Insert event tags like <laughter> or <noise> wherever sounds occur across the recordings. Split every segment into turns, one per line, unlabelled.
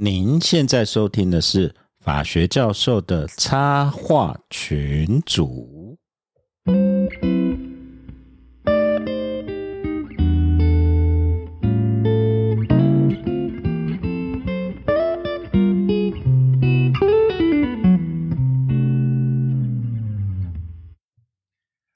您现在收听的是法学教授的插画群组。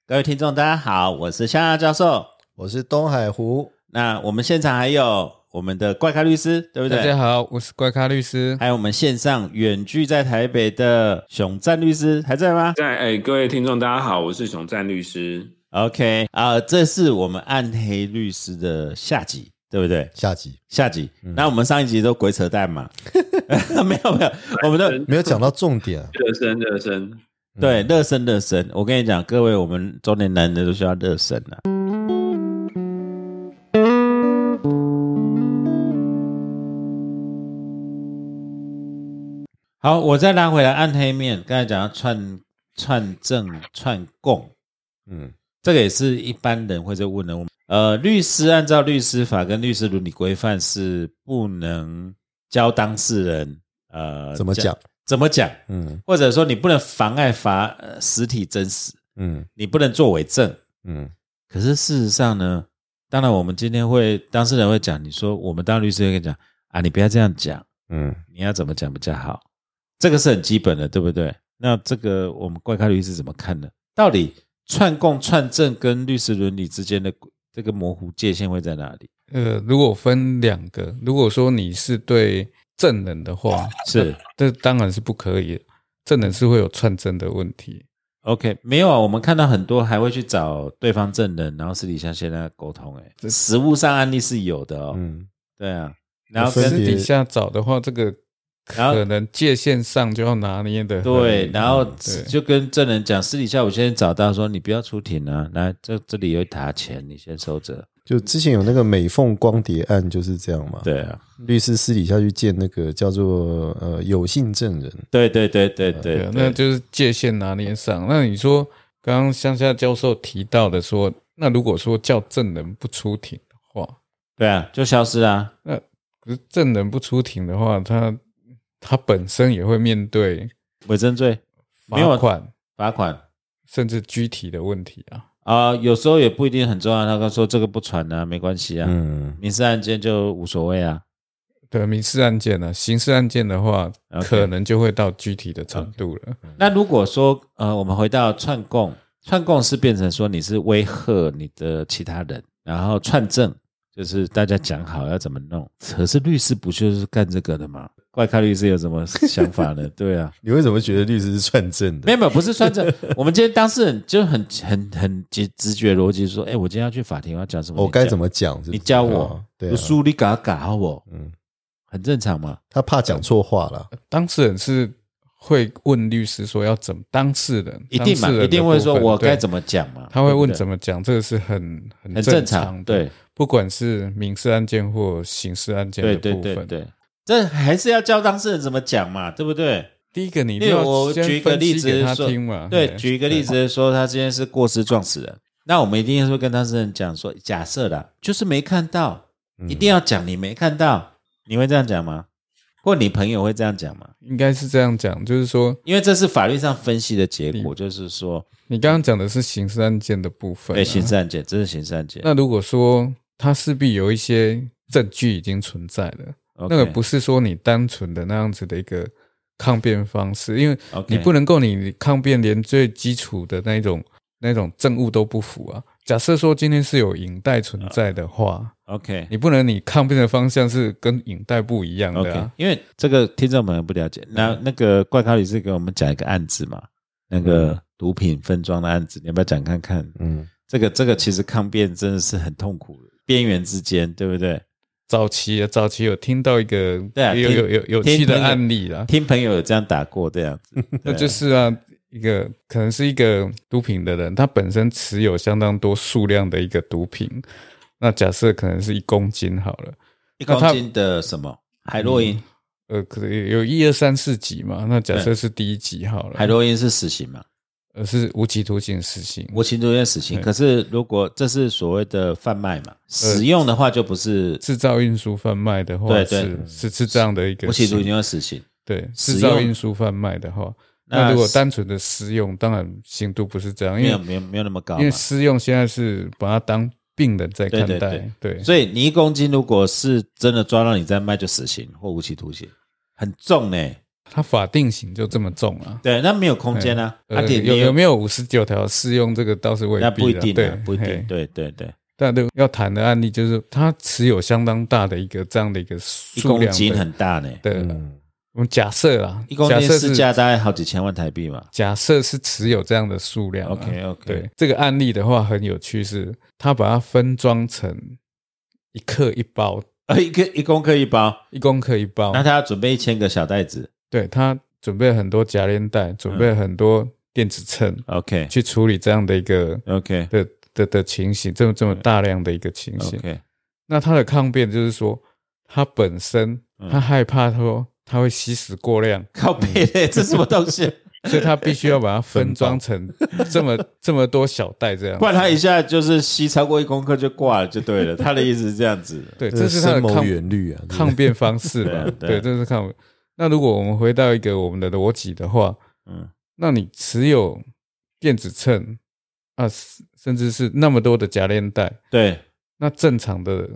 各位听众，大家好，我是夏教授。
我是东海湖，
那我们现场还有我们的怪咖律师，对不对？
大家好，我是怪咖律师。
<laughs> 还有我们线上远距在台北的熊赞律师还在吗
在哎、各位听众，大家好，我是熊赞律师。
？OK 啊、这是我们暗黑律师的下集，对不对？
下集
下集。那我们上一集都鬼扯淡嘛， <laughs> 没有没有，我们都
没有讲到重点啊，
热身，热身，
嗯
对热身热身。我跟你讲，各位，我们中年男人都需要热身啊。好，我再拉回来暗黑面，刚才讲到串串证串供。
嗯，
这个也是一般人会在问的。呃，律师按照律师法跟律师伦理规范是不能教当事人呃
怎么讲？
怎么讲，
嗯
或者说你不能妨碍法呃实体真实，
嗯
你不能作伪证。
嗯
可是事实上呢，当然我们今天会当事人会讲，你说我们当律师会跟你讲啊，你不要这样讲，
嗯，
你要怎么讲比较好？这个是很基本的，对不对？那这个我们怪咖律师怎么看呢？到底串供、串证跟律师伦理之间的这个模糊界限会在哪里？
呃，如果分两个，如果说你是对证人
<laughs>
的话，
是
这当然是不可以的，证人是会有串证的问题。
OK，没有啊，我们看到很多还会去找对方证人，然后私底下先跟他沟通、欸。哎，实物上案例是有的哦。
嗯，
对啊，然后
分
私
跟
别
底下找的话，这个
然后
可能界限上就要拿捏的。
对，然后
对
就跟证人讲，私底下我先找到说你不要出庭啊，来这这里有一沓钱，你先收着。
就之前有那个美凤光碟案就是这样嘛，，
对啊，
律师私底下去见那个叫做呃有信证人，
对对对对对
对啊，那就是界限拿捏上。那你说刚刚乡下教授提到的说，那如果说叫证人不出庭的话，
对啊，就消失啊。
可是证人不出庭的话，他他本身也会面对
伪证罪、没有
罚款
罚款
甚至拘提的问题啊。
啊、有时候也不一定很重要。他刚说这个不传啊，没关系啊，
嗯，
民事案件就无所谓啊。
对民事案件呢、啊，刑事案件的话
OK
可能就会到拘提的程度了。
那如果说呃，我们回到串供，串供是变成说你是威吓你的其他人，然后串证就是大家讲好要怎么弄。可是律师不就是干这个的吗？怪咖律师有什么想法呢？对啊，
你为什么觉得律师是串证
没
的？
有没有，不是串证。我们今天当事人就很很很直直觉逻辑说，哎、我今天要去法庭，我要讲什么？
我哦该
么？
怎么讲？是
你教我
啊，对啊
我，书你搞搞我，
嗯，
很正常嘛。
他怕讲错话了，
当事人是会问律师说要怎么，当事人
一定嘛，一定会说我该怎
么，
么讲嘛。
他会问
对不对
怎么讲，这个是很很
很
正
正
常
常，
的。
对
不管是民事案件或刑事案件的
对对
部分，
对对，这还是要教当事人怎么讲嘛，对不对？
第一个你就
例如我
要
举一
先
个
分
例
析给
子
他
说
听嘛，，
对
嘿，
举一个例，子说他今天是过失撞死人，那我们一定会跟当事人讲说，假设啦，就是没看到，
嗯
一定要讲你没看到，你会这样讲吗？或你朋友会这样讲吗？
应该是这样讲，就是说
因为这是法律上分析的结果，就是说，
你刚刚讲的是刑事案件的部分、啊，
对刑事案件，这是刑事案件，
那如果说他势必有一些证据已经存在了
OK
那个不是说你单纯的那样子的一个抗辩方式，因为
OK
你不能够你抗辩连最基础的那一种那种证物都不符啊。假设说今天是有影带存在的
啊
话，
OK，
你不能你抗辩的方向是跟影带不一样的
OK，
啊。嗯
因为这个听众朋友不了解，那那个怪咖律师给我们讲一个案子嘛，那个
嗯
毒品分装的案子，你要不要讲看看？
嗯，
这个这个其实抗辩真的是很痛苦，边缘之间，对不对？
早期啊，早期有听到一个
对啊
有
听
有有有
听
趣
听
的
了
案例啦，
听朋友有这样打过这样子，
那就是啊，一个可能是一个毒品的人，他本身持有相当多数量的一个毒品。那假设可能是一公斤好了，
一公斤的什么
嗯
海洛因，
呃，可能有一二三四级嘛。那假设是第一级好了，
海洛因是死刑嘛？
而是无期徒刑死刑。
无期徒刑死刑。可是如果这是所谓的贩卖嘛，使用的话就不是
制造、运输、贩卖的话
对对
是是是这样的一个
无期徒
刑
刑要死刑。
对，
使
制造、
用
运输、贩卖的话，
那
那如果
是
单纯的私用，当然刑度不是这样，因
没有
为
没有没有那么高
因
嘛
为。私用现在是把它当病人在
对
看
对
待，对，
所以你一公斤如果是真的抓到你在卖，就死刑或无期徒刑，很重呢、
它法定刑就这么重啊。
对，那没有空间啊。
呃
啊，你
有
你
有没有五十九条适用？这个倒是未必
那
啦，
不一定
对
啊，，不一定
嘿。
对对对，
但对要谈的案例就是，他持有相当大的一个这样的一个
一
数
公
量
斤
的
很大呢、
的，
嗯，
我们假设啊，
一公
假
斤
设
市
是
价大概好几千万台币嘛。
假设是持有这样的数量啊、
OK OK，
对这个案例的话很有趣是，他把它分装成一克一包，
呃，一个一公克一包，
一公克一包。
那他要准备一千个小袋子。
对他准备很多夹链袋，准备很多电子秤、
嗯
<laughs>
OK
去处理这样的一个
OK
的的的情形，这么这么大量的一个情形。
OK，
那他的抗辩就是说，他本身他害怕说他会吸食过量，
靠背嘞，
嗯
这什么东
<laughs>
西？
所以他必须要把它分装成这么这么多小袋这样
不
子。
然他一下就是吸超过一公克就挂了，就对
<laughs>
了。他的意思是这样子。？
对，这
这
是他的
深谋
抗
远虑啊，
抗辩方式吧
对啊对啊
对，这是抗辩。那如果我们回到一个我们的逻辑的话，
嗯，
那你持有电子秤啊，甚至是那么多的夹链带，
对，
那正常的的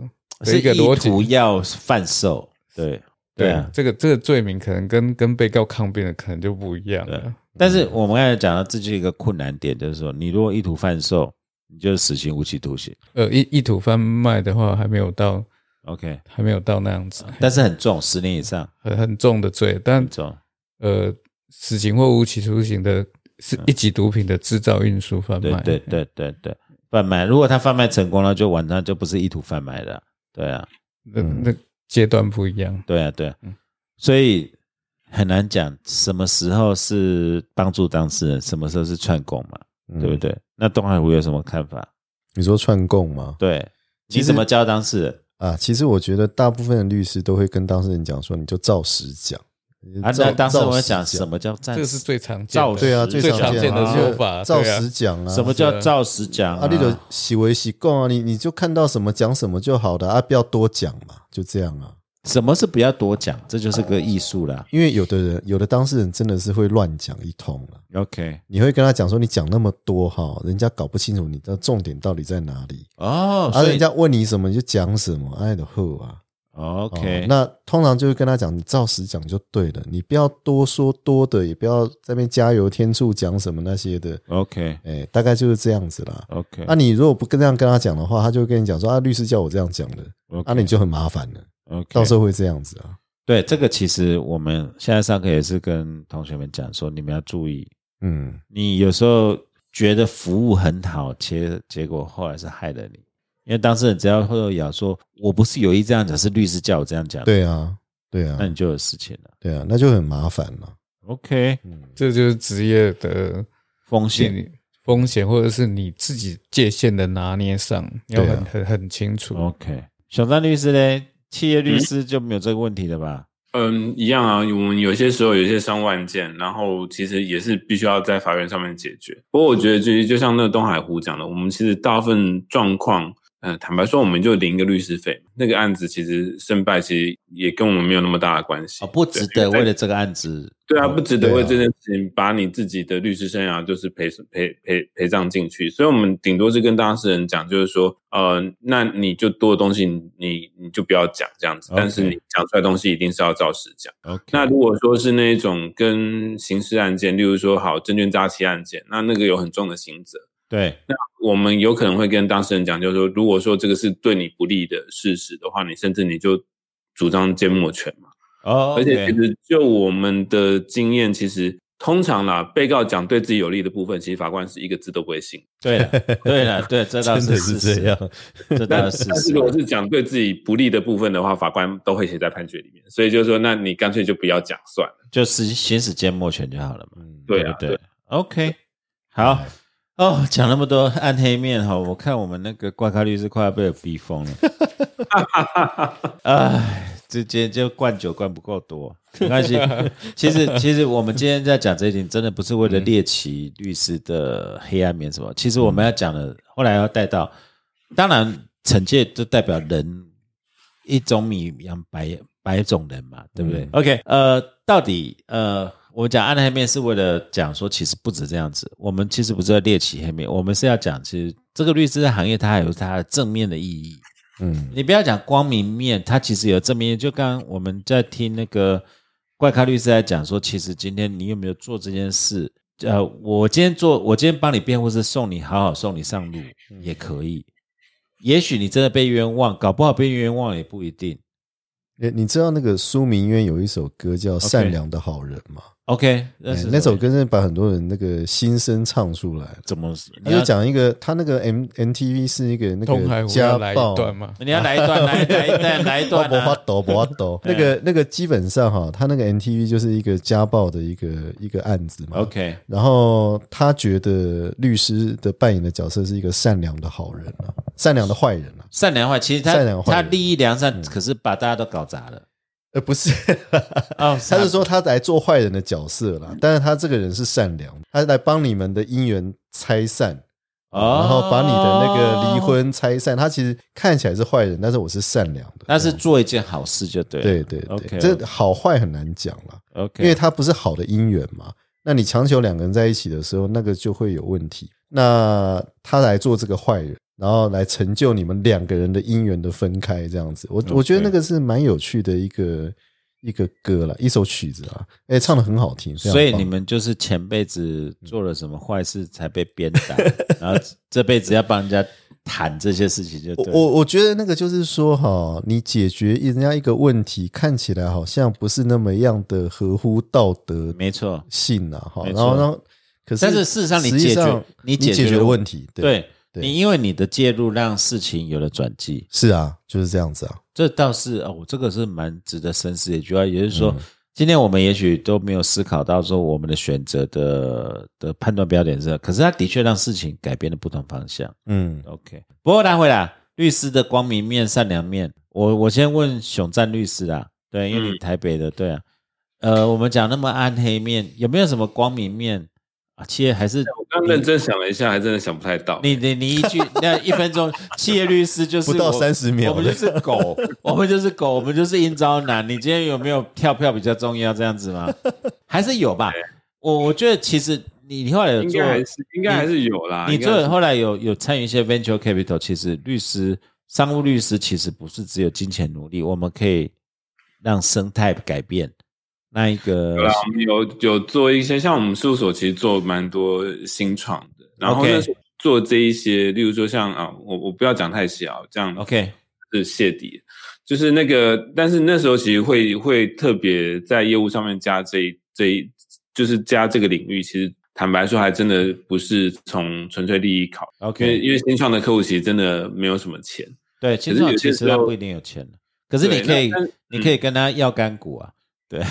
是
一个逻
意
辑，嗯
图要贩售。对对啊。
这个这个罪名可能跟跟被告抗辩的可能就不一样
对
了。
但是我们刚才讲到，这就是一个困难点，就是说，你如果意图贩售，你就是死刑、无期徒刑。
呃，意意图贩卖的话，还没有到，
OK，
还没有到那样子，
但是很重，十年以上，
很很重的罪。但
嗯很重。
呃，死刑或无期徒刑的是一级毒品的制造、运输、贩
嗯对
卖。
对对对对，贩卖。如果他贩卖成功了，就完，那就不是意图贩卖了。对啊，
那那阶段不一样。
对啊，对啊。
嗯
所以很难讲什么时候是帮助当事人，什么时候是串供嘛，
嗯
对不？对？那东海湖有什么看法？
你说串供吗？
对，
其
你
实
怎么教当事人？
啊，其实我觉得大部分的律师都会跟当事人讲说，你就照实讲。
啊，
照
那当事人会
照
讲
实
什么叫暂时？
这个是最常见
造
的，
实
对啊，
最
最
常
见
见的
啊
说
法
照
对啊
实讲啊。
什么叫照实讲
啊，你就喜为习惯啊，你你就看到什么讲什么就好了啊，不要多讲嘛，就这样啊。
什么是不要多讲？这就是个艺术啦。
因为有的人，有的当事人真的是会乱讲一通了、
OK，
你会跟他讲说，你讲那么多哈，人家搞不清楚你的重点到底在哪里。
哦，
啊，
所
人
以
家问你什么你就讲什么，哎的后啊。
哦
哦
OK，
那通常就是跟他讲，你照实讲就对了，你不要多说多的，也不要在那边加油添醋讲什么那些的，
哦 OK
哎，大概就是这样子啦。
OK，
那、你如果不跟这样跟他讲的话，他就会跟你讲说啊，律师叫我这样讲的，那、你就很麻烦了，
OK，
到时候会这样子啊。
对这个其实我们现在上课也是跟同学们讲说，你们要注意，
嗯，
你有时候觉得服务很好，结结果后来是害了你，因为当事人只要会有咬说，我不是有意这样讲，是律师叫我这样讲，，
对啊，对啊
那，你就有事情了。
对啊，那就很麻烦了。
OK，
嗯，
这就是职业的
风险
你风险，或者是你自己界限的拿捏上，要
对啊
很很很清楚。
OK，小张律师呢，企业律师就没有这个问题了吧？
嗯，一样啊。我们有些时候有一些伤万件，然后其实也是必须要在法院上面解决。不过我觉得就是就像那个东海湖讲的，我们其实大部分状况，呃，坦白说，我们就领一个律师费。那个案子其实胜败其实也跟我们没有那么大的关系。
哦，不值得为了这个案子，
对啊，不值得
对啊
为这件事情把你自己的律师生涯就是赔赔赔赔葬进去，所以我们顶多是跟当事人讲，就是说，呃，那你就多的东西你你你就不要讲这样子，
OK
但是你讲出来的东西一定是要照实讲。
OK，
那如果说是那一种跟刑事案件，例如说好证券诈欺案件，那那个有很重的刑责，
对
我们有可能会跟当事人讲，就是说，如果说这个是对你不利的事实的话，你甚至你就主张缄默权嘛。
哦，
而且
OK
其实就我们的经验，其实通常啦，被告讲对自己有利的部分，其实法官是一个字都不会信。
对了，对了，对，这倒
真的
事
是
实
这样，，
这
但
倒啊是事
但是
实
如。果是讲对自己不利的部分的话，法官都会写在判决里面。所以就是说，那你干脆就不要讲算了。
就行行使缄默权就好了嘛。
对
不
啊哎
对，OK，好哦，讲那么多暗黑面哈，我看我们那个挂咖律师快要被我逼疯了。哎，直接就灌酒灌不够多，没关系。其实其实我们今天在讲这一点，真的不是为了猎奇律师的黑暗面什么。其实我们要讲的，后来要带到，当然惩戒就代表人一种米养百百种人嘛，对不对、
嗯
o k 呃，到底呃。我们讲暗黑面是为了讲说，其实不止这样子。我们其实不是要猎奇黑面，我们是要讲，其实这个律师的行业它还有它的正面的意义。
嗯，
你不要讲光明面，它其实有正面。就刚刚我们在听那个怪咖律师在讲说，其实今天你有没有做这件事？呃，我今天做，我今天帮你辩护是送你好好送你上路也可
嗯
以。也许你真的被冤枉，搞不好被冤枉也不一定。
你你知道那个苏明渊有一首歌叫《
OK
善良的好人》吗？
OK，那
哎
是
那首
什么嗯
歌真的把很多人那个心声唱出来了。
怎么？你
他
要
就讲一个，他那个 M N T V 是一个那
通海
个
湖
家
要来一
暴，哦
段吗？
你要来一段，来来一
<laughs>
段，来一段、
不发
啊。
抖，不发抖。那个那个基本上哈，他那个 N T V 就是一个家暴的一个一个案子嘛。
OK，
然后他觉得律师的扮演的角色是一个善良的好人啊，善良的坏人啊，
善良坏，其实他
善良坏嗯
他
人
利益良善，可是把大家都搞砸了。
呃，不是，
哦，
<laughs> 他是说他来做坏人的角色啦，但是他这个人是善良，他来帮你们的姻缘拆散，
哦，
然后把你的那个离婚拆散。他其实看起来是坏人，但是我是善良的，
那是做一件好事就对了。
对对
o k
对，这好坏很难讲啦。
OK，
因为它不是好的姻缘嘛。那你强求两个人在一起的时候，那个就会有问题。那他来做这个坏人，然后来成就你们两个人的姻缘的分开，这样子，
嗯
我我觉得那个是蛮有趣的一个一个歌了，一首曲子啊，哎、唱的很好听。非常
所以
棒
你们就是前辈子做了什么坏事才被鞭
<laughs>
打，然后这辈子要帮人家谈这些事情就
我
对了。
我我觉得那个就是说哈，你解决人家一个问题，看起来好像不是那么样的合乎道德
没错，
性啊，哈，
没
然
错
后然后，可是
但是事实上你
实际
解决
上
你
你
解决
决
了
了问题，
对
对
你，因为你的介入让事情有了转机，
是啊，就是这样子啊。
这倒是哦，这个是蛮值得深思的一句话，也就是
嗯
说。今天我们也许都没有思考到说我们的选择的的判断标点是什么，可是它的确让事情改变了不同方向。
嗯，
OK，不过拉回来，律师的光明面、善良面，我我先问熊赞律师啦，对，因为你
嗯
台北的，对啊，呃，我们讲那么暗黑面，有没有什么光明面啊？企业还是
我刚认真想了一下，还真的想不太到。
你你你一句 <laughs> 那一分钟，企业律师就是
不到
我
30秒
我们就是狗，我们就是狗，我们就是阴招男。你今天有没有跳票比较重要这样子吗？还是有吧？我我觉得其实你你后来有
应
做
该还是应该还是有啦。
你
啊应该还
这
是
后来有有参与一些 venture capital，其实律师、商务律师其实不是只有金钱努力，我们可以让生态改变。那一个
有啦，我们有有做一些，像我们事务所其实做蛮多新创的，然后
OK
那时候做这一些，例如说像啊，我我不要讲太细啊，这样
OK
是谢底，就是那个，但是那时候其实会会特别在业务上面加这一这一，就是加这个领域，其实坦白说还真的不是从纯粹利益考，因为
OK，
因为新创的客户其实真的没有什么钱，
对，青创
有
其
些
实
时
他
候
不一定有钱可是
对
你可以
那但嗯
你可以跟他要干股啊，对，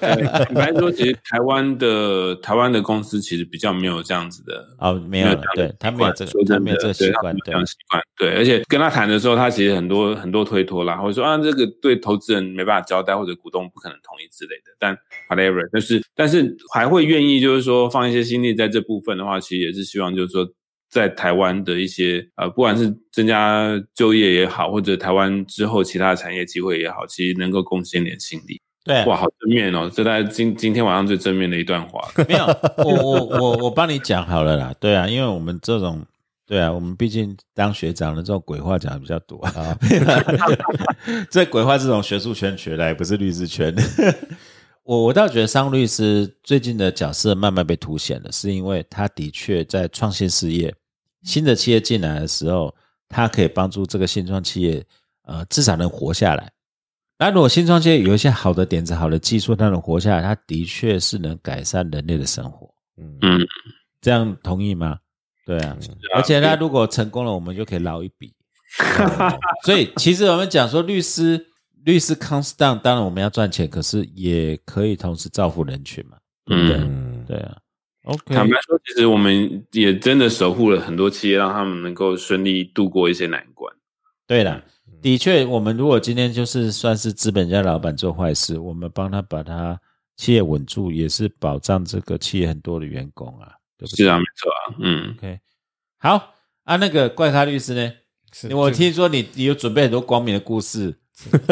坦白说，其实台湾的台湾的公司其实比较没有这样子的
哦，没有了，对他没有这个，
说真
他
的
没有这个习惯，
对
对
他没有这样习惯，对，而且跟他谈的时候，他其实很多很多推脱啦，或者说啊，这个对投资人没办法交代，或者股东不可能同意之类的。但 whatever，但是但是还会愿意就是说放一些心力在这部分的话，其实也是希望就是说。在台湾的一些呃，不管是增加就业也好，或者台湾之后其他的产业机会也好，其实能够贡献点心力。
对，啊
哇，好正面哦！这大概今今天晚上最正面的一段话。
<laughs> 没有，我我我我帮你讲好了啦，对啊，因为我们这种。对啊，我们毕竟当学长的这种鬼话讲的比较多啊。 <laughs> 这鬼话是从学术圈学来，不是律师圈。我我倒觉得商律师最近的角色慢慢被凸显了，是因为他的确在创新事业，新的企业进来的时候，他可以帮助这个新创企业，呃，至少能活下来。那如果新创企业有一些好的点子、好的技术，它能活下来，它的确是能改善人类的生活。
嗯
嗯
这样同意吗？对啊，
啊
而且他如果成功了，我们就可以捞一笔。
<laughs>
所以其实我们讲说，律师律师 comes down，当然我们要赚钱，可是也可以同时造福人群嘛。
嗯，
嗯，
对啊，OK，
坦白说，其实我们也真的守护了很多企业，让他们能够顺利度过一些难关。
嗯
对啦，的确，我们如果今天就是算是资本家老板做坏事，我们帮他把他企业稳住，也是保障这个企业很多的员工啊，对不对？
是啊，没错啊，嗯，
OK，好啊，那个怪咖律师呢？
是
我
这
听说你你有准备很多光明的故事，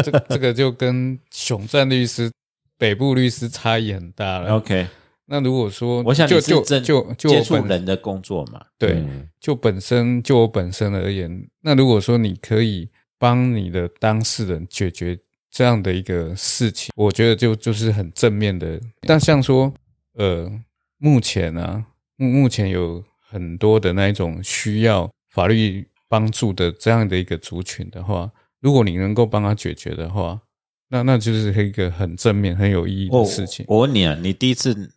这这个就跟熊战律师、北部律师差异很大了。
OK，
那如果说，
我想你
就是就
正
就就
接
我
触
本
人的工作嘛，
对，
嗯
就本身就我本身而言，那如果说你可以帮你的当事人解决这样的一个事情，我觉得就就是很正面的。但像说，呃，目前啊，目目前有很多的那一种需要法律帮助的这样的一个族群的话，如果你能够帮他解决的话，那那就是一个很正面、很有意义
我
的事情。
我问你啊，你第一次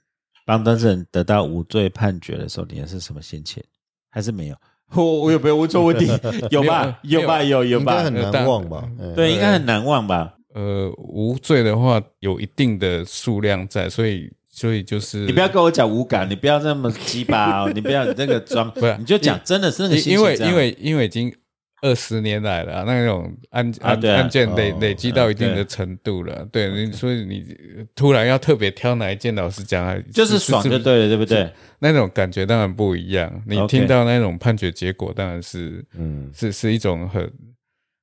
帮当事人得到无罪判决的时候，你是什么心情？还是没有？我 <laughs> 我有没有问错问题？有吧？
没有
有吧？有有
应该
吧
很？难忘吧？嗯
对，应该很难忘吧？
呃，无罪的话有一定的数量在，所以所以就是
你不要跟我讲无感，你不要那么鸡巴 <laughs> 哦，你不要你这个装
不是，
你就讲真的是那个
因
心情
因为
这样
因为因为已经二十年来了啊、那种案
啊
案、
对啊
案件累、
哦
累积到一定
嗯
的
对
程度了，对，你所以你突然要特别挑哪一件，老师讲啊，
就是爽就对了，对不对？
那种感觉当然不一样。你
OK
听到那种判决结果，当然是
嗯
是是一种很，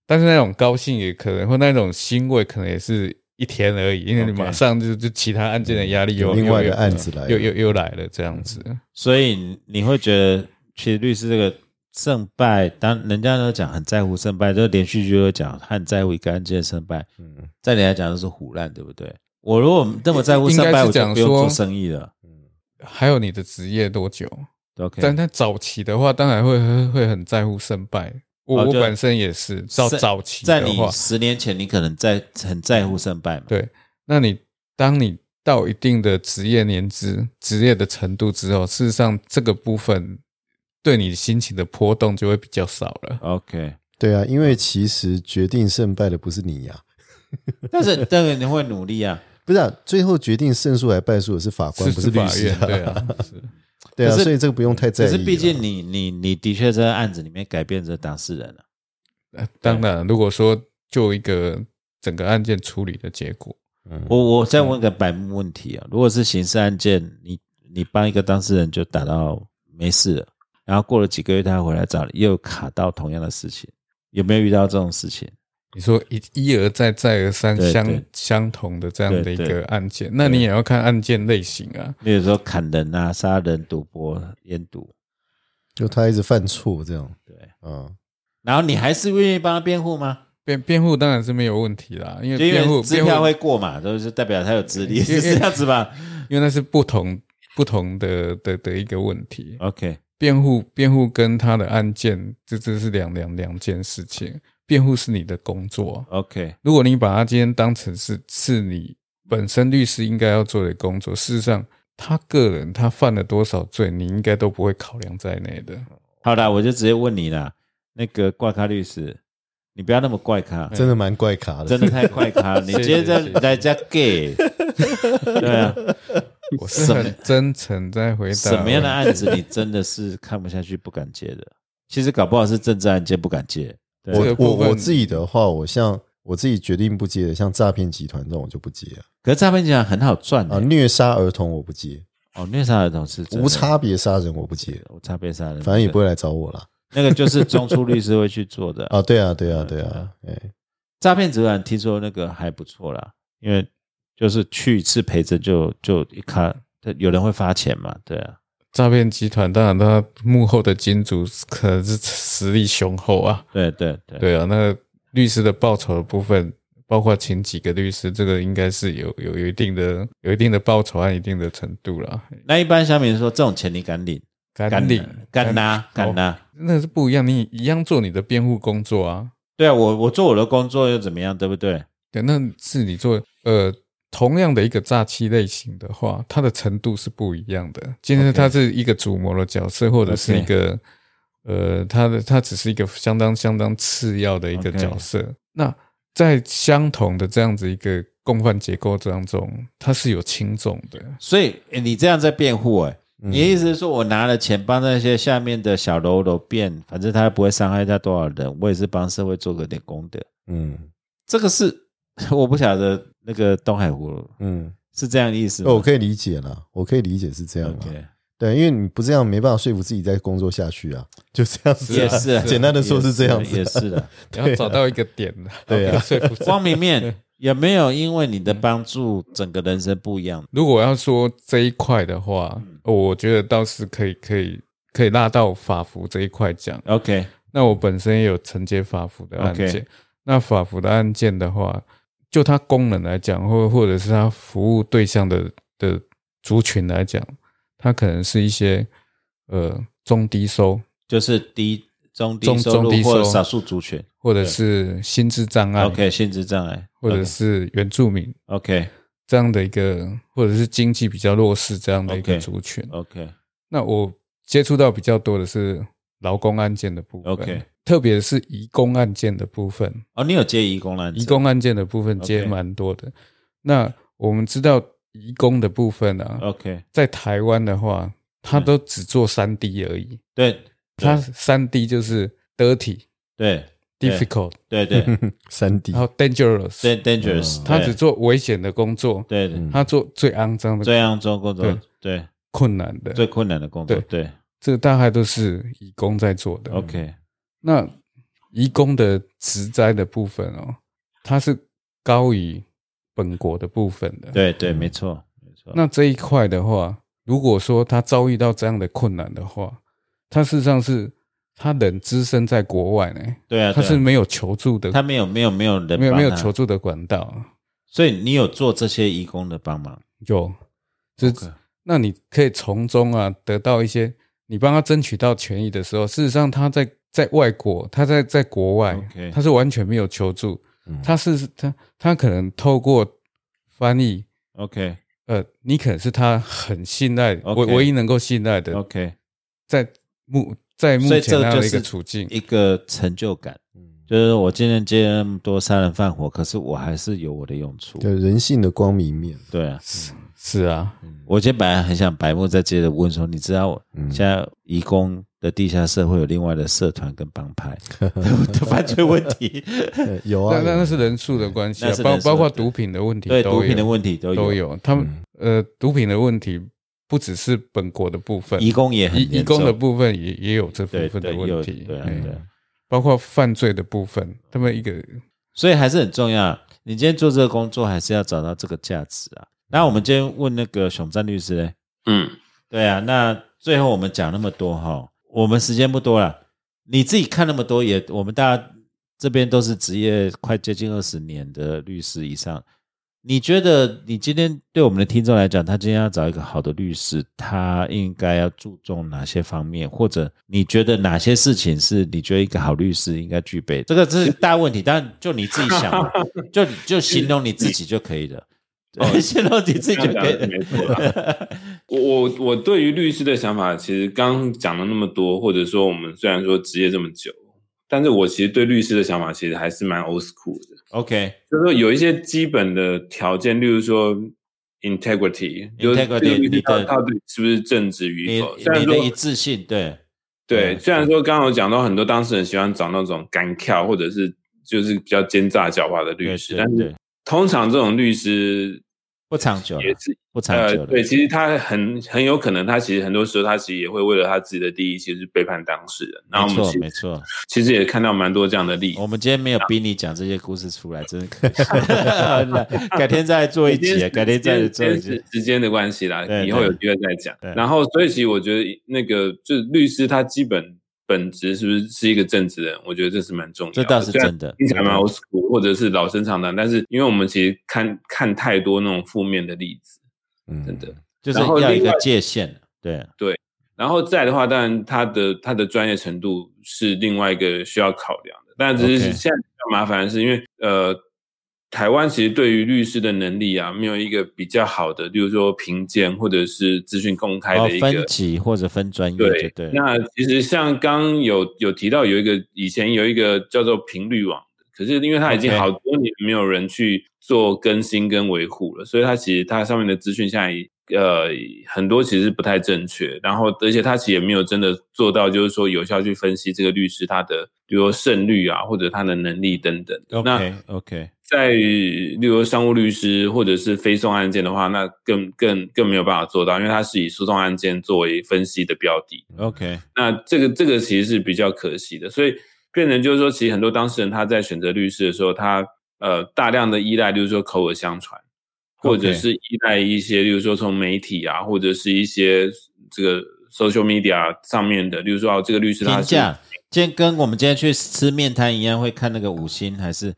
但是那种高兴也可能或那种欣慰，可能也是一天而已，因为你
OK
马上就就其他案件的压力
嗯
又
有另外
又
的案子来了嗯
又又又来了这样子。
所以你你会觉得，其实律师这个胜败，当人家都讲很在乎胜败，就连续剧都讲他很在乎一个案件的胜败，
嗯
在你来讲就是胡乱，对不对？我如果那么在乎
应该
胜败，
是
我就
讲
不用
说
做生意了。
还有你的职业多久？
OK，
但在早期的话，当然会会会很在乎胜败。我、
哦
我
就
本身也是，早
在
早期
在
的
你
话，
十年前，你可能在很在乎胜败嘛？
对，那你当你到一定的职业年资、职业的程度之后，事实上这个部分对你心情的波动就会比较少了。
，OK。
对啊，因为其实决定胜败的不是你呀、啊
但是但是你会努力
<laughs>
啊，
不是、啊，最后决定胜诉还败诉的是法官，不
是
律
法
师、
院，
啊。
对啊，是
对啊，
可是
所以这个不用太在
可
意啊。
是毕竟你你你的确在案子里面改变着当事人啊了、
呃 <laughs> 当然，如果说就一个整个案件处理的结果，
嗯，
我我再问个白目问题啊，如果是刑事案件，你你帮一个当事人就打到没事了，然后过了几个月他回来找你，又卡到同样的事情，有没有遇到这种事情？
你说一一而再再而三
对
相
对
相同的这样的
对
一
对
个案件，那你也要看案件类型啊。
例如说砍人啊、杀人、赌博、烟毒，
就他一直犯错这样，
对，
嗯，
然后你还是愿意帮他辩护吗？
辩辩护当然是没有问题啦，因为
就因
辩护
为支
辩护
票会过嘛，就是代表他有资历，
因为
是这样子吧
因为那是不同不同的的的一个问题。
？OK，
辩护辩护跟他的案件，这这是两两两件事情。辩护是你的工作，
OK，
如果你把他今天当成是是你本身律师应该要做的工作，事实上他个人他犯了多少罪，你应该都不会考量在内
<laughs>
的。
好啦，我就直接问你啦，那个怪咖律师，你不要那么怪咖，
真的蛮怪咖的，
真的太怪咖了，你
谢谢
今天在
谢谢
来家 gay，对啊，
我是很真诚在回答
什么样的案子你真的是看不下去不敢接的？其实搞不好是政治案件不敢接，对
这个
<laughs> 我
部
我
分
我自己的话，我像我自己决定不接的，像诈骗集团这种我就不接啊
可是诈骗集团很好赚
啊，
的
虐杀儿童我不接，
哦，虐杀儿童是真的
无差别杀人我不接，
无差别杀人，
反正也不会来找我啦。
那个就是中出律师会去做的
啊，对啊，对啊，对啊，哎，
诈骗集团听说那个还不错啦，因为就是去一次陪着就就一看，他有人会发钱嘛，对啊，
诈骗集团，当然他幕后的金主可能是实力雄厚啊。
对对对
对啊，那律师的报酬的部分，包括请几个律师，这个应该是有有有一定的有一定的报酬和一定的程度啦。
那一般小民说这种钱你敢领？
敢领
敢拿？敢
哦
拿？
那是不一样，你一样做你的辩护工作啊。
对啊，我我做我的工作又怎么样，对不对？
对，那是你做呃同样的一个诈欺类型的话，它的程度是不一样的。今天
OK
它是一个主谋的角色，或者是
OK
一个呃，他的他只是一个相当相当次要的一个
OK
角色。那在相同的这样子一个共犯结构当中，它是有轻重的。
啊所以诶你这样在辩护、诶
嗯
你的意思是说我拿了钱帮那些下面的小喽啰变，反正他不会伤害到多少人，我也是帮社会做个点功德。
嗯
这个是 <laughs> 我不晓得那个东海湖
嗯，
是这样的意思吗
哦我可以理解啦，我可以理解是这样啦。啊
OK，
对，因为你不这样，没办法说服自己再工作下去啊，就这样
<laughs>
子啊、
也 <laughs> 是啊
简单的说是这样子啊、
也是的。
你要找到一个点，
对啊
然后可以说服自己
光明面有没有因为你的帮助，整个人生不一样？
如果要说这一块的话，
嗯
我觉得倒是可以，可以，可以拉到法服这一块讲。
OK，
那我本身也有承接法服的案件
OK
那法服的案件的话，就它功能来讲，或或者是它服务对象的的族群来讲，它可能是一些呃中低收，
就是低中低
中
收入
中低收
或者少数族群。
或者是心智障碍
OK，心智障碍
或者是原住民
OK
这样的一个，或者是经济比较弱势这样的一个
OK
族群。
OK
那我接触到比较多的是劳工案件的部分
OK
特别是移工案件的部分，
哦，你有接移工了？
移工案件的部分接
OK
蛮多的。那我们知道移工的部分啊
OK
在台湾的话，它都只做三 D 而已，
嗯对
它三 D 就是 dirty、
对
difficult，
对
<laughs>
对
啊 <laughs> 三 D，
然后 dangerous，
对 dangerous，
它
对
嗯只做危险的工作，
对对
它做最肮脏
最
的、
肮脏工作
对，
对
困难的，
最困难的工作，对
这大概都是移工在做的。
OK
那移工的职灾的部分哦，它是高于本国的部分的。，
对对没错没错。
那这一块的话，如果说他遭遇到这样的困难的话，他事实上是他人只身在国外呢，
对啊，
他
对啊
是没有求助的，
他没有没有没有人
没有没有
帮他
求，助的管道。
所以你有做这些义工的帮忙。
有，就是
OK
那你可以从中啊得到一些，你帮他争取到权益的时候，事实上他在在外国，他在在国外
OK
他是完全没有求助，
嗯
他是他他可能透过翻译，
OK
呃，你可能是他很信赖，唯
OK
唯一能够信赖的
OK，
在目在目
所以
前
这
那样
就
的一个
是
处境，
一个成就感。
嗯
就是我今天接了那么多杀人放火，可是我还是有我的用处。
对人性的光明面，
对啊，
是啊，
嗯 <laughs>
我今天本来很想白目再接着问说，你知道
嗯
现在移工的地下社会有另外的社团跟帮派 <laughs> 的犯罪问
<laughs>
题，
呃有啊
那，那那是人数的关系啊
那，是
包
人数
包括
对
毒品的问题都
对
有，
毒品的问题都有，
都有，他们、呃，毒品的问题不只是本国的部分，
移工也很
移
严
移工的
重
部分也也有这部
对
分
对
的
有
问题，
对啊
嗯
对啊，
包括犯罪的部分，他们一个
所以还是很重要。你今天做这个工作，还是要找到这个价值啊。那我们今天问那个熊赞律师嘞，
嗯，
对啊，那最后我们讲那么多哈，我们时间不多了，你自己看那么多也，我们大家这边都是职业快接近二十年的律师以上，你觉得你今天对我们的听众来讲，他今天要找一个好的律师，他应该要注重哪些方面，或者你觉得哪些事情是你觉得一个好律师应该具备？这个是大问题，当然就你自己想
<laughs>
嘛，就就形容你自己就可以了，
哦
<laughs> 形容你自己就可以
这样讲是没错啊
了。
<laughs> 我我我对于律师的想法，其实刚刚讲了那么多，或者说我们虽然说职业这么久，但是我其实对律师的想法其实还是蛮 old school 的，
<laughs> OK，
就是说有一些基本的条件，例如说 integrity，就是
Integrity，
这个律
你
师
的
到到底是不是正直与
你
否？虽然
你的
说
一致性，对
对，
嗯
虽然说刚刚有讲到很多当事人喜欢找那种干跳或者是就是比较奸诈狡猾的律
对
师，
对
但是
对，
通常这种律师
不长久了
也是
不长
呃
久的
对，，其实他很很有可能，他其实很多时候他其实也会为了他自己的利益，其实背叛当事人。然后
没错
我们其
没错。
其实也看到蛮多这样的例子
我。们今天没有逼你讲这些故事出来，真的可惜。改天再做一
<laughs>
集，
今
啊
天
改天再
今
做
天
一
是
集。
时间的关系啦
对，
以后有
对
机会再讲
对。
然后，所以其实我觉得那个就是律师他基本本质是不是是一个正直的人，我觉得这是蛮重要的。
这倒是
虽然
真的
听起来蛮 old school 或者是老生常谈，但是因为我们其实看看太多那种负面的例子，
嗯
真的。
就是
然后
要一
另
个
外
界限，对
然后再的话，当然他的他的专业程度是另外一个需要考量的，但只是
OK
现在比较麻烦的是，因为呃，台湾其实对于律师的能力啊，没有一个比较好的，例如说评鉴或者是资讯公开
然后
的一个。
哦分级或者分专业，
对
就对了。
那其实像刚有有提到有一个以前有一个叫做频率网的，可是因为它已经
OK
好多年没有人去做更新跟维护了，所以它其实它上面的资讯现在呃很多其实不太正确，然后而且他其实也没有真的做到，就是说有效去分析这个律师他的，比如说胜率啊，或者他的能力等等的。那
OK OK，
在例如商务律师或者是非讼案件的话，那更更更没有办法做到，因为它是以诉讼案件作为分析的标的。
OK，
那这个这个其实是比较可惜的，所以变成就是说，其实很多当事人他在选择律师的时候，他呃大量的依赖，就是说口耳相传，或者
OK
是依赖一些，例如说从媒体啊，或者是一些这个 social media 上面的，例如说哦，这个律师他
评
是
价今天跟我们今天去吃面摊一样，会看那个五星还是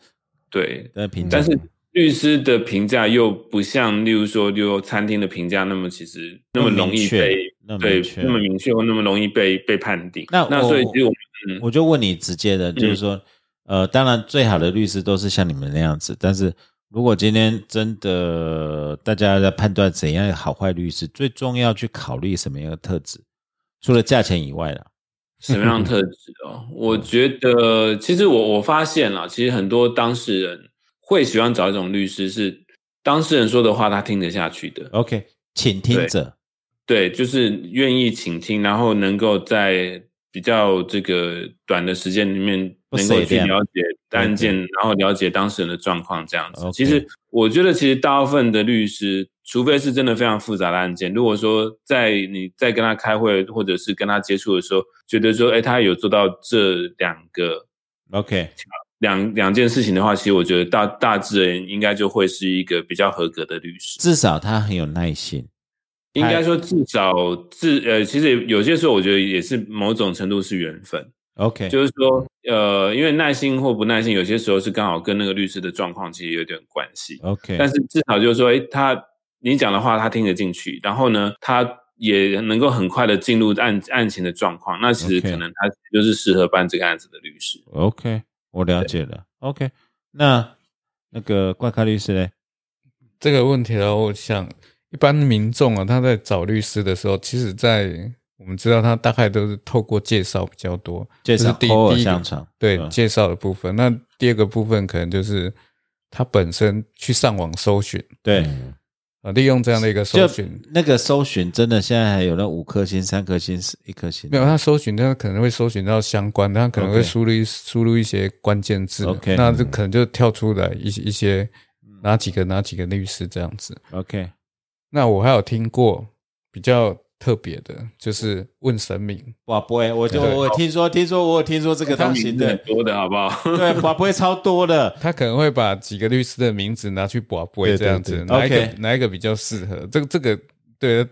对
的评价？
但是律师的评价又不像，例如说，例如餐厅的评价那么其实那么容易被
那么
对
明确
那么明确或那么容易被被判定。
那
那
我
所以其实我嗯
我就问你直接的，就是说，呃，当然最好的律师都是像你们那样子，但是如果今天真的大家在判断怎样好坏律师，最重要去考虑什么样的特质，除了价钱以外了。
什么样的特质哦？我觉得其实我我发现了，其实很多当事人会喜欢找一种律师是当事人说的话他听得下去的，
OK，倾听者
对，就是愿意倾听，然后能够在比较这个短的时间里面，
不
能够
随
去
便
了解案件，然后了解当事人的状况，这样子。
OK
其实我觉得，其实大部分的律师，除非是真的非常复杂的案件，如果说在你在跟他开会或者是跟他接触的时候，觉得说，哎，他有做到这两个
，OK，
两两件事情的话，其实我觉得大大致人应该就会是一个比较合格的律师。
至少他很有耐心。
应该说，至少至呃，其实也有些时候，我觉得也是某种程度是缘分，
OK，
就是说，呃，因为耐心或不耐心，有些时候是刚好跟那个律师的状况其实有点关系。
OK，
但是至少就是说，诶，他你讲的话他听得进去，然后呢，他也能够很快的进入案案情的状况，那其实
OK
可能他就是适合办这个案子的律师。
OK，我了解了。OK，那那个怪咖律师嘞？
这个问题的话，我想一般民众啊，他在找律师的时候，其实在我们知道他大概都是透过介绍比较多，
介
这
绍
是第
口耳
第一个
相传，
对、
嗯
介绍的部分。那第二个部分可能就是他本身去上网搜寻
对，
啊，利用这样的一个搜
就
寻，
那个搜寻真的现在还有那五颗星、三颗星、一颗星
没。有他搜寻，他可能会搜寻到相关，他可能会
OK
输入一输入一些关键字
OK
那这可能就跳出来一些一些哪几个哪几个律师这样子。
OK，
那我还有听过比较特别的，就是问神明。
哇不会，我就
对
我听说，听说我有听说这个东西，
<laughs>
很
对
多的好不好？
<laughs> 对，哇不会超多的。
他可能会把几个律师的名字拿去卜
对
龟
对
这样子，
对
哪一个
OK
哪一个比较适合？这个这个对，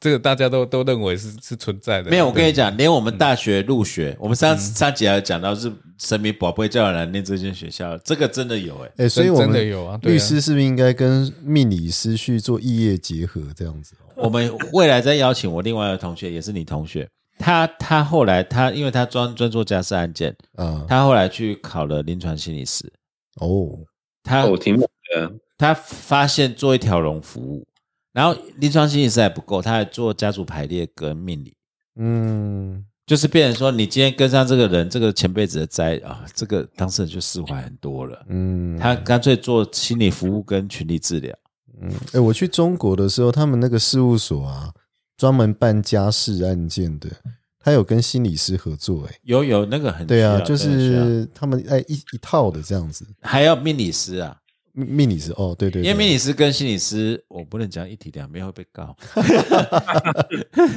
这个大家都都认为是是存在的。
没有，我跟你
对，嗯
讲，连我们大学入学，我们上上集还有讲到是神明宝贝叫人来念这间学校，这个真的有哎。
哎、所以
真
我
真的
们
有啊，对啊
律师是不是应该跟命理师去做异业结合这样子、哦？
我们未来再邀请我另外一个同学，也是你同学，他他后来他因为他专专做家事案件，
啊，
他后来去考了临床心理师，
哦，
他
哦，挺猛的，
他发现做一条龙服务，然后临床心理师还不够，他还做家族排列跟命理，
嗯，
就是变成说你今天跟上这个人，这个前辈子的灾啊，这个当事人就释怀很多了。
嗯，
他干脆做心理服务跟群体治疗，
嗯，哎、我去中国的时候，他们那个事务所啊，专门办家事案件的，他有跟心理师合作、哎，
有有那个很
对
需
啊，
要
就
真的需要
是他们哎一一套的这样子，
还要命理师啊，
命命理师哦，对对
因
对，
为命理师跟心理师，我不能讲一体两面会被
<laughs>
告， <laughs>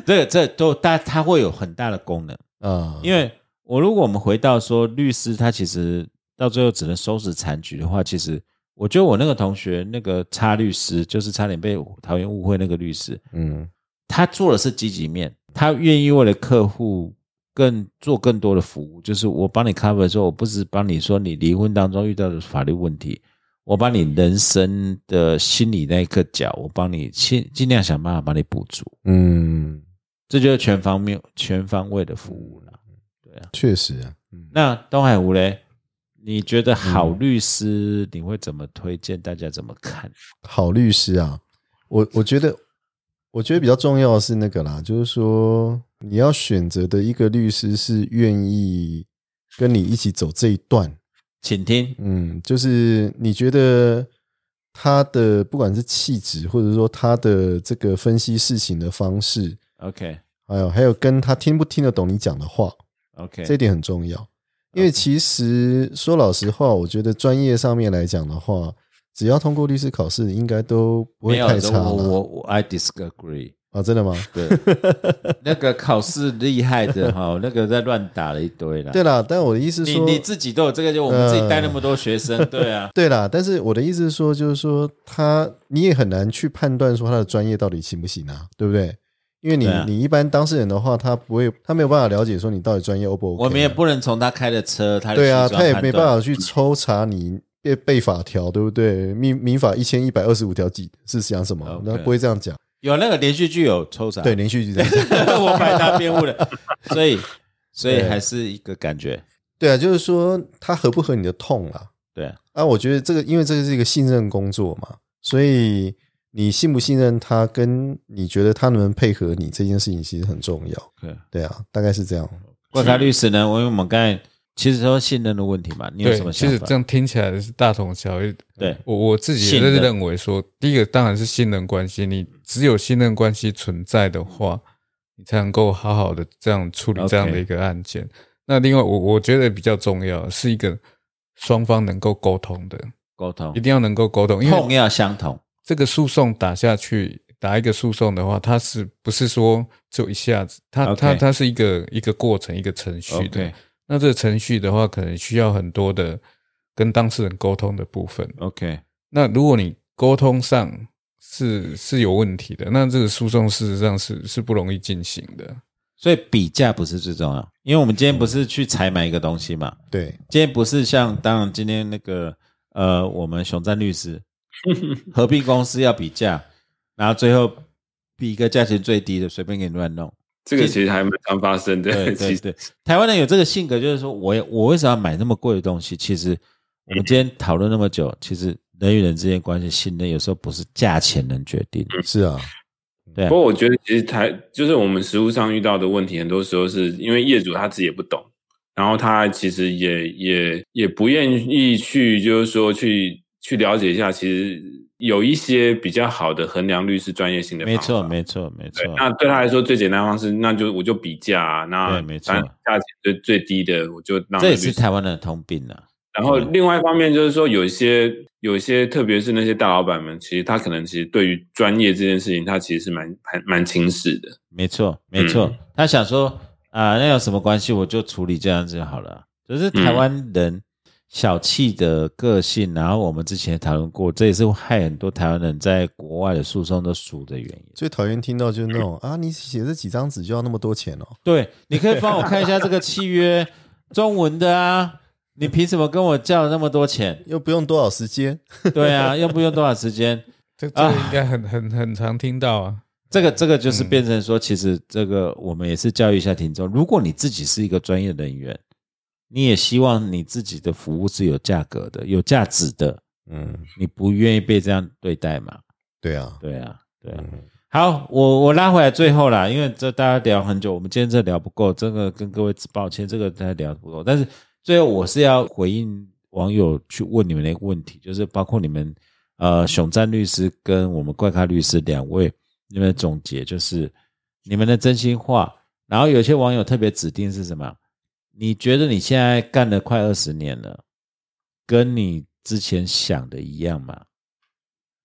这这都大它会有很大的功能。
啊，
因为我如果我们回到说律师，他其实到最后只能收拾残局的话，其实我觉得我那个同学那个差律师，就是差点被桃园误会那个律师，
嗯
他做的是积极面，他愿意为了客户更做更多的服务，就是我帮你 cover 说，我不是帮你说你离婚当中遇到的法律问题，我把你人生的心理那一个角，我帮你尽尽量想办法帮你补足，
嗯，
这就是全方面全方位的服务了。
确实啊，嗯，
那东海湖嘞，你觉得好律师你会怎么推荐？大家怎么看？
好律师啊，我我觉得，我觉得比较重要的是那个啦，就是说你要选择的一个律师是愿意跟你一起走这一段，
请听，
嗯，就是你觉得他的不管是气质，或者说他的这个分析事情的方式，
OK
还有还有跟他听不听得懂你讲的话，
OK，
这一点很重要。因为其实说老实话，我觉得专业上面来讲的话，只要通过律师考试，应该都不
没
会
有
太差
我我
了
我 I disagree。
啊！
<laughs>
真的吗？
对，那个考试厉害的
<laughs>
哈，那个在乱打了一堆啦。
对啦，但我的意思是
你
说，
你自己都有这个，就我们自己带那么多学
<laughs>
生，对啊，
对啦，但是我的意思是说，就是说他你也很难去判断说他的专业到底行不行啊，对不对？因为你、
对啊
你一般当事人的话，他不会，他没有办法了解说你到底专业 O 不 OK 啊。
我们也不能从他开的车，他的
对啊，
西装
他也
判
没
断
办法去抽查你被被法条，对不对？民民法一千一百二十五条几是讲什么
OK？啊
那不会这样讲。
有那个连续剧有抽查，
对，，连续剧这样
<laughs>
讲。
我百大辩
<laughs>
护的，所以所以
对
还是一个感觉，
对啊，就是说他合不合你的痛啦、
对啊，
啊，我觉得这个，因为这个是一个信任工作嘛，所以你信不信任他，跟你觉得他能不能配合你这件事情，其实很重要。
对。
对啊，大概是这样。
怪咖律师呢？因为我们刚才其实说信任的问题嘛，你有
对
什么，
其
想
实
法
这？样听起来是大同小异。
对
我我自己也
信任
是认为说，第一个当然是信任关系，你只有信任关系存在的话，你才能够好好的这样处理
OK
这样的一个案件。那另外，我我觉得比较重要是一个双方能够沟通的，
沟通
一定要能够沟通，因
痛
为
要相同，
这个诉讼打下去，打一个诉讼的话，它是不是说就一下子？它
OK
它它是一个一个过程，一个程序的。
OK
那这个程序的话，可能需要很多的跟当事人沟通的部分。
OK
那如果你沟通上是是有问题的，那这个诉讼事实上是是不容易进行的。
所以比价不是最重要，因为我们今天不是去采买一个东西嘛，
对，
今天不是像当然今天那个呃，我们熊赞律
<laughs>
师合并公司要比价，然后最后比一个价钱最低的，随便给你乱弄。
这个其实还蛮常发生的。 <laughs>
对
其
对
实
对，台湾人有这个性格，就是说我也我为什么要买那么贵的东西？其实我们今天讨论那么
嗯
久，其实人与人之间关系信任有时候不是价钱能决定的。
是啊，
对啊
嗯不，过我觉得其实台就是我们实务上遇到的问题，很多时候是因为业主他自己也不懂，然后他其实也也也不愿意去，就是说去去了解一下，其实有一些比较好的衡量律师专业性的方
没
法。
错，没错，没错
对，。那对他来说最简单的方式，那就我就比价、啊，那
对没错
反正价钱最最低的，我就让
这也
律
是
师
台湾人的通病啊。
然后
嗯
另外一方面就是说，有一些有一些，特别是那些大老板们，其实他可能其实对于专业这件事情，他其实是蛮蛮蛮轻视的。
没错，没错。
嗯
他想说啊、那有什么关系？我就处理这样子就好了。就是台湾人小气的个性，然后我们之前也讨论过，这也是害很多台湾人在国外的诉讼都输的原因。
最讨厌听到就是那种啊，你写这几张纸就要那么多钱哦。
对，你可以帮我看一下这个契约中文的啊。你凭什么跟我叫那么多
<laughs>
钱？
又不用多少时间，
对啊，用不用多少时间？
这这个
啊
应该很很很常听到啊。
这个这个就是变成说，其实这个我们也是教育一下听众，如果你自己是一个专业人员，你也希望你自己的服务是有价格的、有价值的，
嗯，
你不愿意被这样对待嘛？
对啊，
对啊，对啊。
嗯
好，我我拉回来最后啦，因为这大家聊很久，我们今天这聊不够，真的跟各位抱歉，这个大家聊不够。但是最后我是要回应网友去问你们的一个问题，就是包括你们呃熊赞律师跟我们怪咖律师两位，你们的总结就是你们的真心话。然后有些网友特别指定是什么？你觉得你现在干了快二十年了，跟你之前想的一样吗？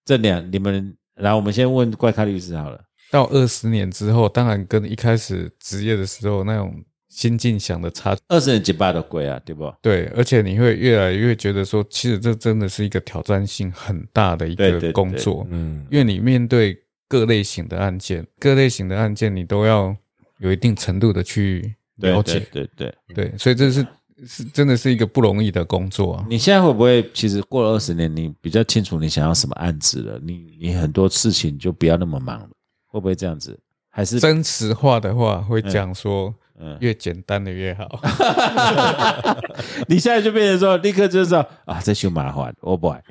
这两你们来，我们先问怪咖律师好了。
到二十年之后，当然跟一开始职业的时候那种心境想的差
二十年结巴的鬼啊，对不？
对，而且你会越来越觉得说，其实这真的是一个挑战性很大的一
对对对
个工作，
嗯，
因为你面对各类型的案件，各类型的案件你都要有一定程度的去
对
了
对
解，
对对，
对，所以这是是真的是一个不容易的工作啊。
你现在会不会其实过了二十年，你比较清楚你想要什么案子了？你你很多事情就不要那么忙了，会不会这样子？还是
真实话的话，会讲说
嗯
<laughs>
嗯
越简单的越好。 <laughs>
你现在就变成说，立刻就知道啊，这就麻烦，我不爱。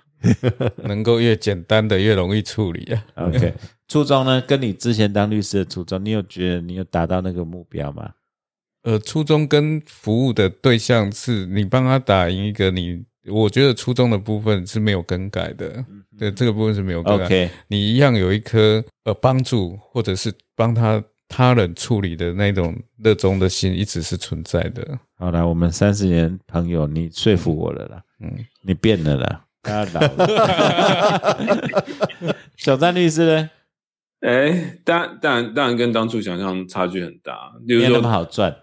能够越简单的越容易处理啊。
OK，初衷呢，跟你之前当律师的初衷，你有觉得你有达到那个目标吗？
呃，初衷跟服务的对象是你帮他打赢一个你我觉得初衷的部分是没有更改的，对这个部分是没有更改。
OK，
你一样有一颗呃帮助或者是帮他他人处理的那种热衷的心，一直是存在的。
好了，我们三十年朋友，你说服我了啦，
嗯，
你变了啦，他老了。 <laughs> 小张律师呢？
哎，当然当然当然跟当初想象差距很大，比如
没有那
说
么好赚，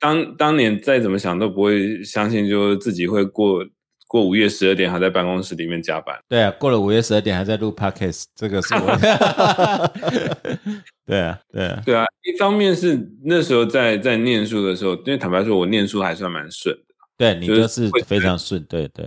当当年再怎么想都不会相信，就是自己会过过午夜十二点还在办公室里面加班。
对啊，过了五月十二点还在录 podcast，这个是我。 <laughs> 对啊，对啊，
对啊，一方面是那时候在在念书的时候，因为坦白说，我念书还算蛮顺的，
对你
就是
就是
会
非常顺，对对，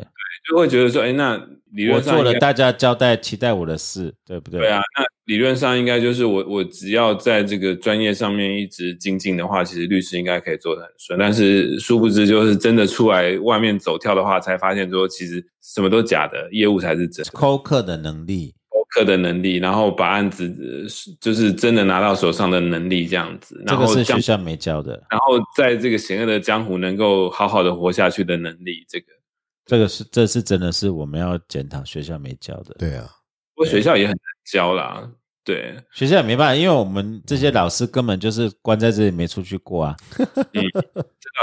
就会觉得说，哎，那理
我
论上
做
应该
了大家交代期待我的事，对不对？
对啊，那理论上应该就是我我只要在这个专业上面一直精进的话，其实律师应该可以做得很顺。但是殊不知，就是真的出来外面走跳的话，才发现说其实什么都假的，业务才是真的。
扣客的能力，
播客的能力，然后把案子呃是就是真的拿到手上的能力这样子，
这
然
个
后
是
江
学，校没教的，
然后在这个险恶的江湖能够好好的活下去的能力，这个
这个是这是真的是我们要检讨学校没教的。
对啊，
不过学校也很难教啦，对，
学校也没办法，因为我们这些老师根本就是关在这里没出去过啊。
倒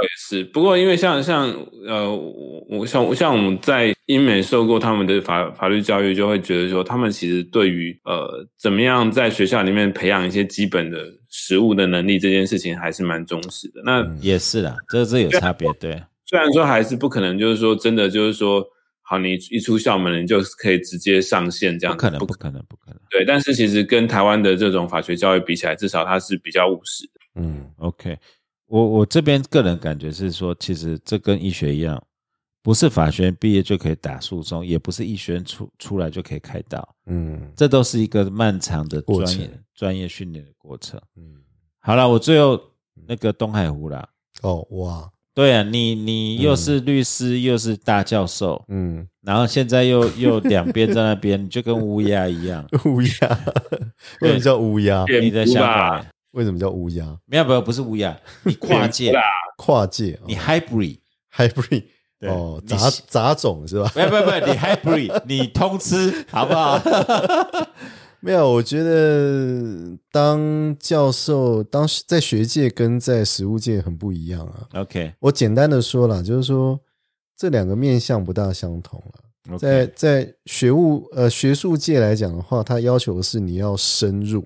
也是，不过因为像像呃，我我像像我们在英美受过他们的法法律教育，就会觉得说，他们其实对于呃怎么样在学校里面培养一些基本的实务的能力这件事情，还是蛮重视的。那
嗯
也是啦，这这有差别，对，
虽然说还是不可能，就是说真的就是说，好，你一出校门你就可以直接上线这
不
样子，
可能，不可能，不可能。
对。但是其实跟台湾的这种法学教育比起来，至少它是比较务实的。
嗯
OK，我我这边个人感觉是说，其实这跟医学一样，不是法学院毕业就可以打诉讼，也不是医学院出出来就可以开刀，
嗯
这都是一个漫长的
过
专业
程
专业训练的过程。
嗯，
好了，我最后那个东海湖啦，
哦哇，
对啊，你你又是律师、又是大教授，
嗯，
然后现在又又两边在那边，你就跟乌鸦一样。
乌鸦，为什么叫乌鸦？
对
你的想法呢？
为什么叫乌鸦？
没有没有，不是乌鸦，你跨界，
跨界啊
你 hybrid，
hybrid
对
哦，
你
杂
喜
杂种是吧？
没有没有没有，你 hybrid，你通吃，好不好？
<laughs> 没有，我觉得当教授，当在学界跟在实务界很不一样啊。
OK，
我简单的说啦，就是说这两个面向不大相同了。在在学务呃学术界来讲的话，它要求的是你要深入，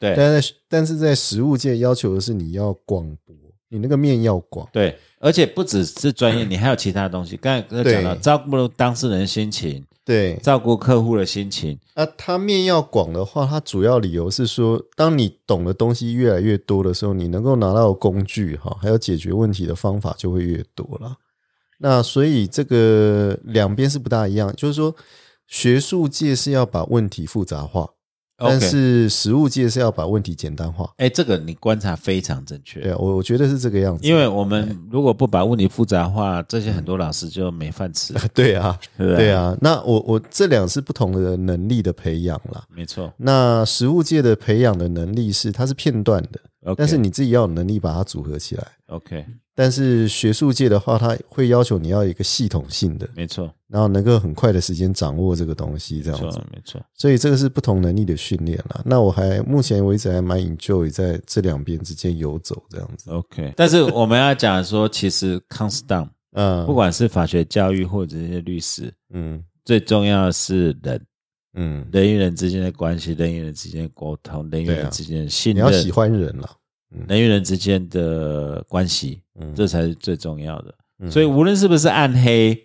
对
但在但是在实务界要求的是你要广博，你那个面要广。
对，而且不只是专业，你还有其他东西。刚才刚才讲到
对
照顾当事人的心情，
对，
照顾客户的心情，
啊，它面要广的话，它主要理由是说，当你懂的东西越来越多的时候，你能够拿到的工具哈，还有解决问题的方法就会越多了。那所以这个两边是不大一样，就是说学术界是要把问题复杂化，但
OK
是实务界是要把问题简单化。
哎，这个你观察非常正
对
确。
啊，我我觉得是这个样子。
因为我们如果不把问题复杂化，这些很多老师就没饭
<laughs>
吃，
对啊，
<laughs> 对不
对，啊，那我我这两是不同的能力的培养啦。
没错。
那实务界的培养的能力是它是片段的，
OK，
但是你自己要有能力把它组合起来。
OK，
但是学术界的话，它会要求你要有一个系统性的，
没错，
然后能够很快的时间掌握这个东西，这
没
样子
错。，没错。
所以这个是不同能力的训练啦。那我还目前为止还蛮 enjoy 在这两边之间游走这样子。
OK，但是我们要讲说，其实 constant
嗯，
不管是法学教育或者这些律师，
嗯
最重要的是人，
嗯，
人与人之间的关系，人与人之间的沟通，人与
对
人
啊
之间的信
你
任，
要喜欢人啦。
人与人之间的关系，
嗯，
这才是最重要的。
嗯
所以无论是不是暗黑，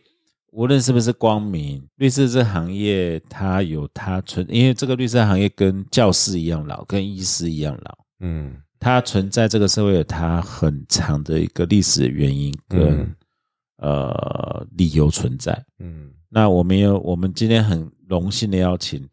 无论是不是光明，律师这行业它有它存，因为这个律师行业跟教师一样老，跟医师一样老。
嗯
它存在这个社会有它很长的一个历史原因跟、
嗯
呃理由存在。
嗯
那我们有我们今天很荣幸的邀请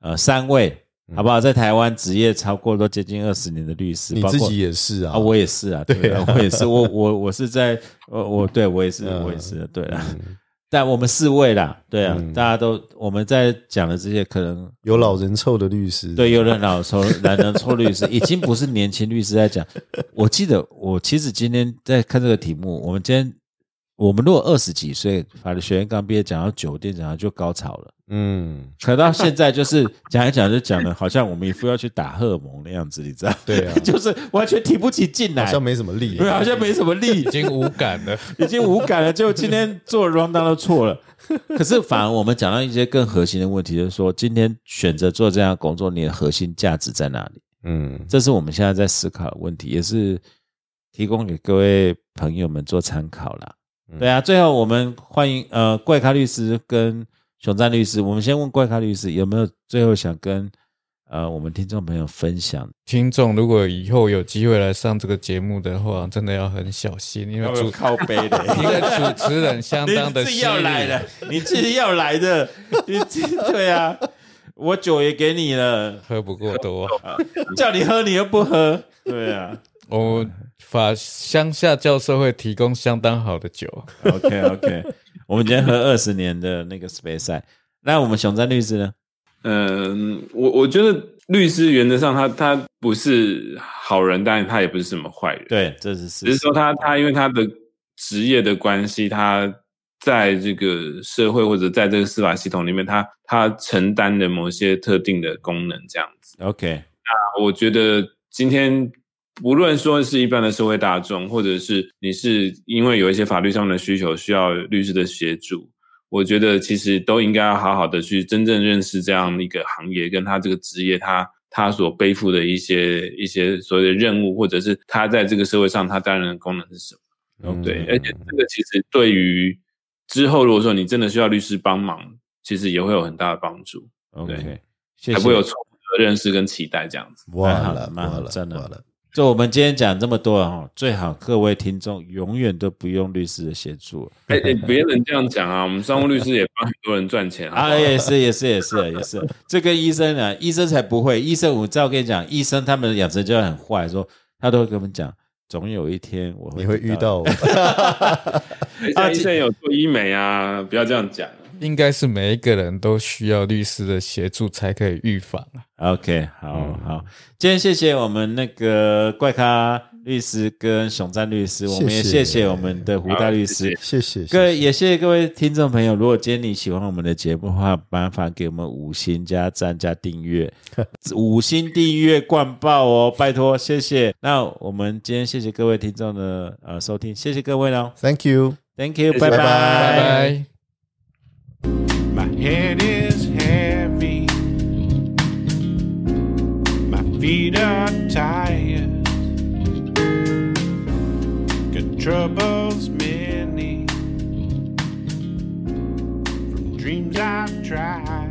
呃三位，
嗯
好不好？在台湾职业超过都接近二十年的律师，
你
包括
自己也是啊。
啊，我也是啊，对啊，我也是，我我我是在呃我
<laughs>
对我也是
嗯
我也是对啊，
嗯
但我们四位啦，对啊，
嗯
大家都我们在讲的这些可能
有老人臭的律师。
对，有人老抽，男人抽律师已经不是年轻律师在讲。我记得我其实今天在看这个题目，我们今天我们如果二十几岁，法律学院刚毕业，讲到酒店，讲到就高潮了。
嗯，
可到现在就是 <laughs> 讲一讲就讲的，好像我们一副要去打荷尔蒙的样子，你知道？
对啊
<laughs> 就是完全提不起劲来，
好像没什么力。
对，啊好像没什么力
已，经无感了。
已经无感了。结果今天做 round down 都错了。可是反而我们讲到一些更核心的问题，就是说今天选择做这样的工作，你的核心价值在哪里？
嗯，
这是我们现在在思考的问题，也是提供给各位朋友们做参考啦。
嗯
对啊，最后我们欢迎呃怪咖律师跟熊赞律师，我们先问怪咖律师有没有最后想跟呃我们听众朋友分享？
<laughs> 听众如果以后有机会来上这个节目的话，真的要很小心，因为主
靠背 <laughs> 的
因为主持人相当的 <laughs>
你自己
犀
要来
利。
的，你自己要来的，你自己对啊， <laughs> 我酒也给你了，
喝不够 <laughs> 多，
叫你喝你又不喝，对啊。
我哦法乡下教授会提供相当好的酒。
OK OK，我 <laughs> 们今天喝二十年的那个 Space 赛，那我们熊赞律师呢？
嗯，我我觉得律师原则上他他不是好人，但他也不是什么坏人，，
对，这是
只
事
是
实。
说他他因为他的职业的关系，他在这个社会或者在这个司法系统里面，他他承担的某些特定的功能这样子。
OK，
我觉得今天不论说是一般的社会大众，或者是你是因为有一些法律上的需求需要律师的协助，我觉得其实都应该要好好的去真正认识这样一个行业跟他这个职业他。他所背负的一些一些所谓的任务，或者是他在这个社会上他担任的功能是什
嗯
么？哦对，而且这个其实对于之后如果说你真的需要律师帮忙，其实也会有很大的帮助，
OK，
对
谢
才不会有
谢。
错误的认识跟期待这样子。
哇
蛮好
了，
蛮好
哇了，
真的
哇了，
就我们今天讲这么多哦，最好各位听众永远都不用律师的协助。
<laughs> 哎、哎，别人这样讲啊，我们商务律师也帮很多人赚钱啊。
啊，也是，也是，也是，也是。这跟医生啊，医生才不会。医生，我照跟你讲，医生他们的养成就很坏，说他都会跟我们讲，总有一天我会
你会遇到
<laughs>
我。
而且哎医生有做医美啊，不要这样讲。
应该是每一个人都需要律师的协助才可以预防啊。
OK，好、
嗯
好，今天谢谢我们那个怪咖律师跟熊赞律师，我们也谢
谢谢
谢我们的胡大律师。
谢谢，
各位
谢谢
也谢谢各位听众朋友，如果今天你喜欢我们的节目的话，麻烦给我们五星加赞加订阅，五星订阅灌爆哦，拜托，谢谢。那我们今天谢谢各位听众的呃收听，谢谢各位喽
Thank you。
，Thank you，
谢
拜
谢拜
拜拜。
My head is heavy. My feet are tired. Got troubles many from dreams I've tried.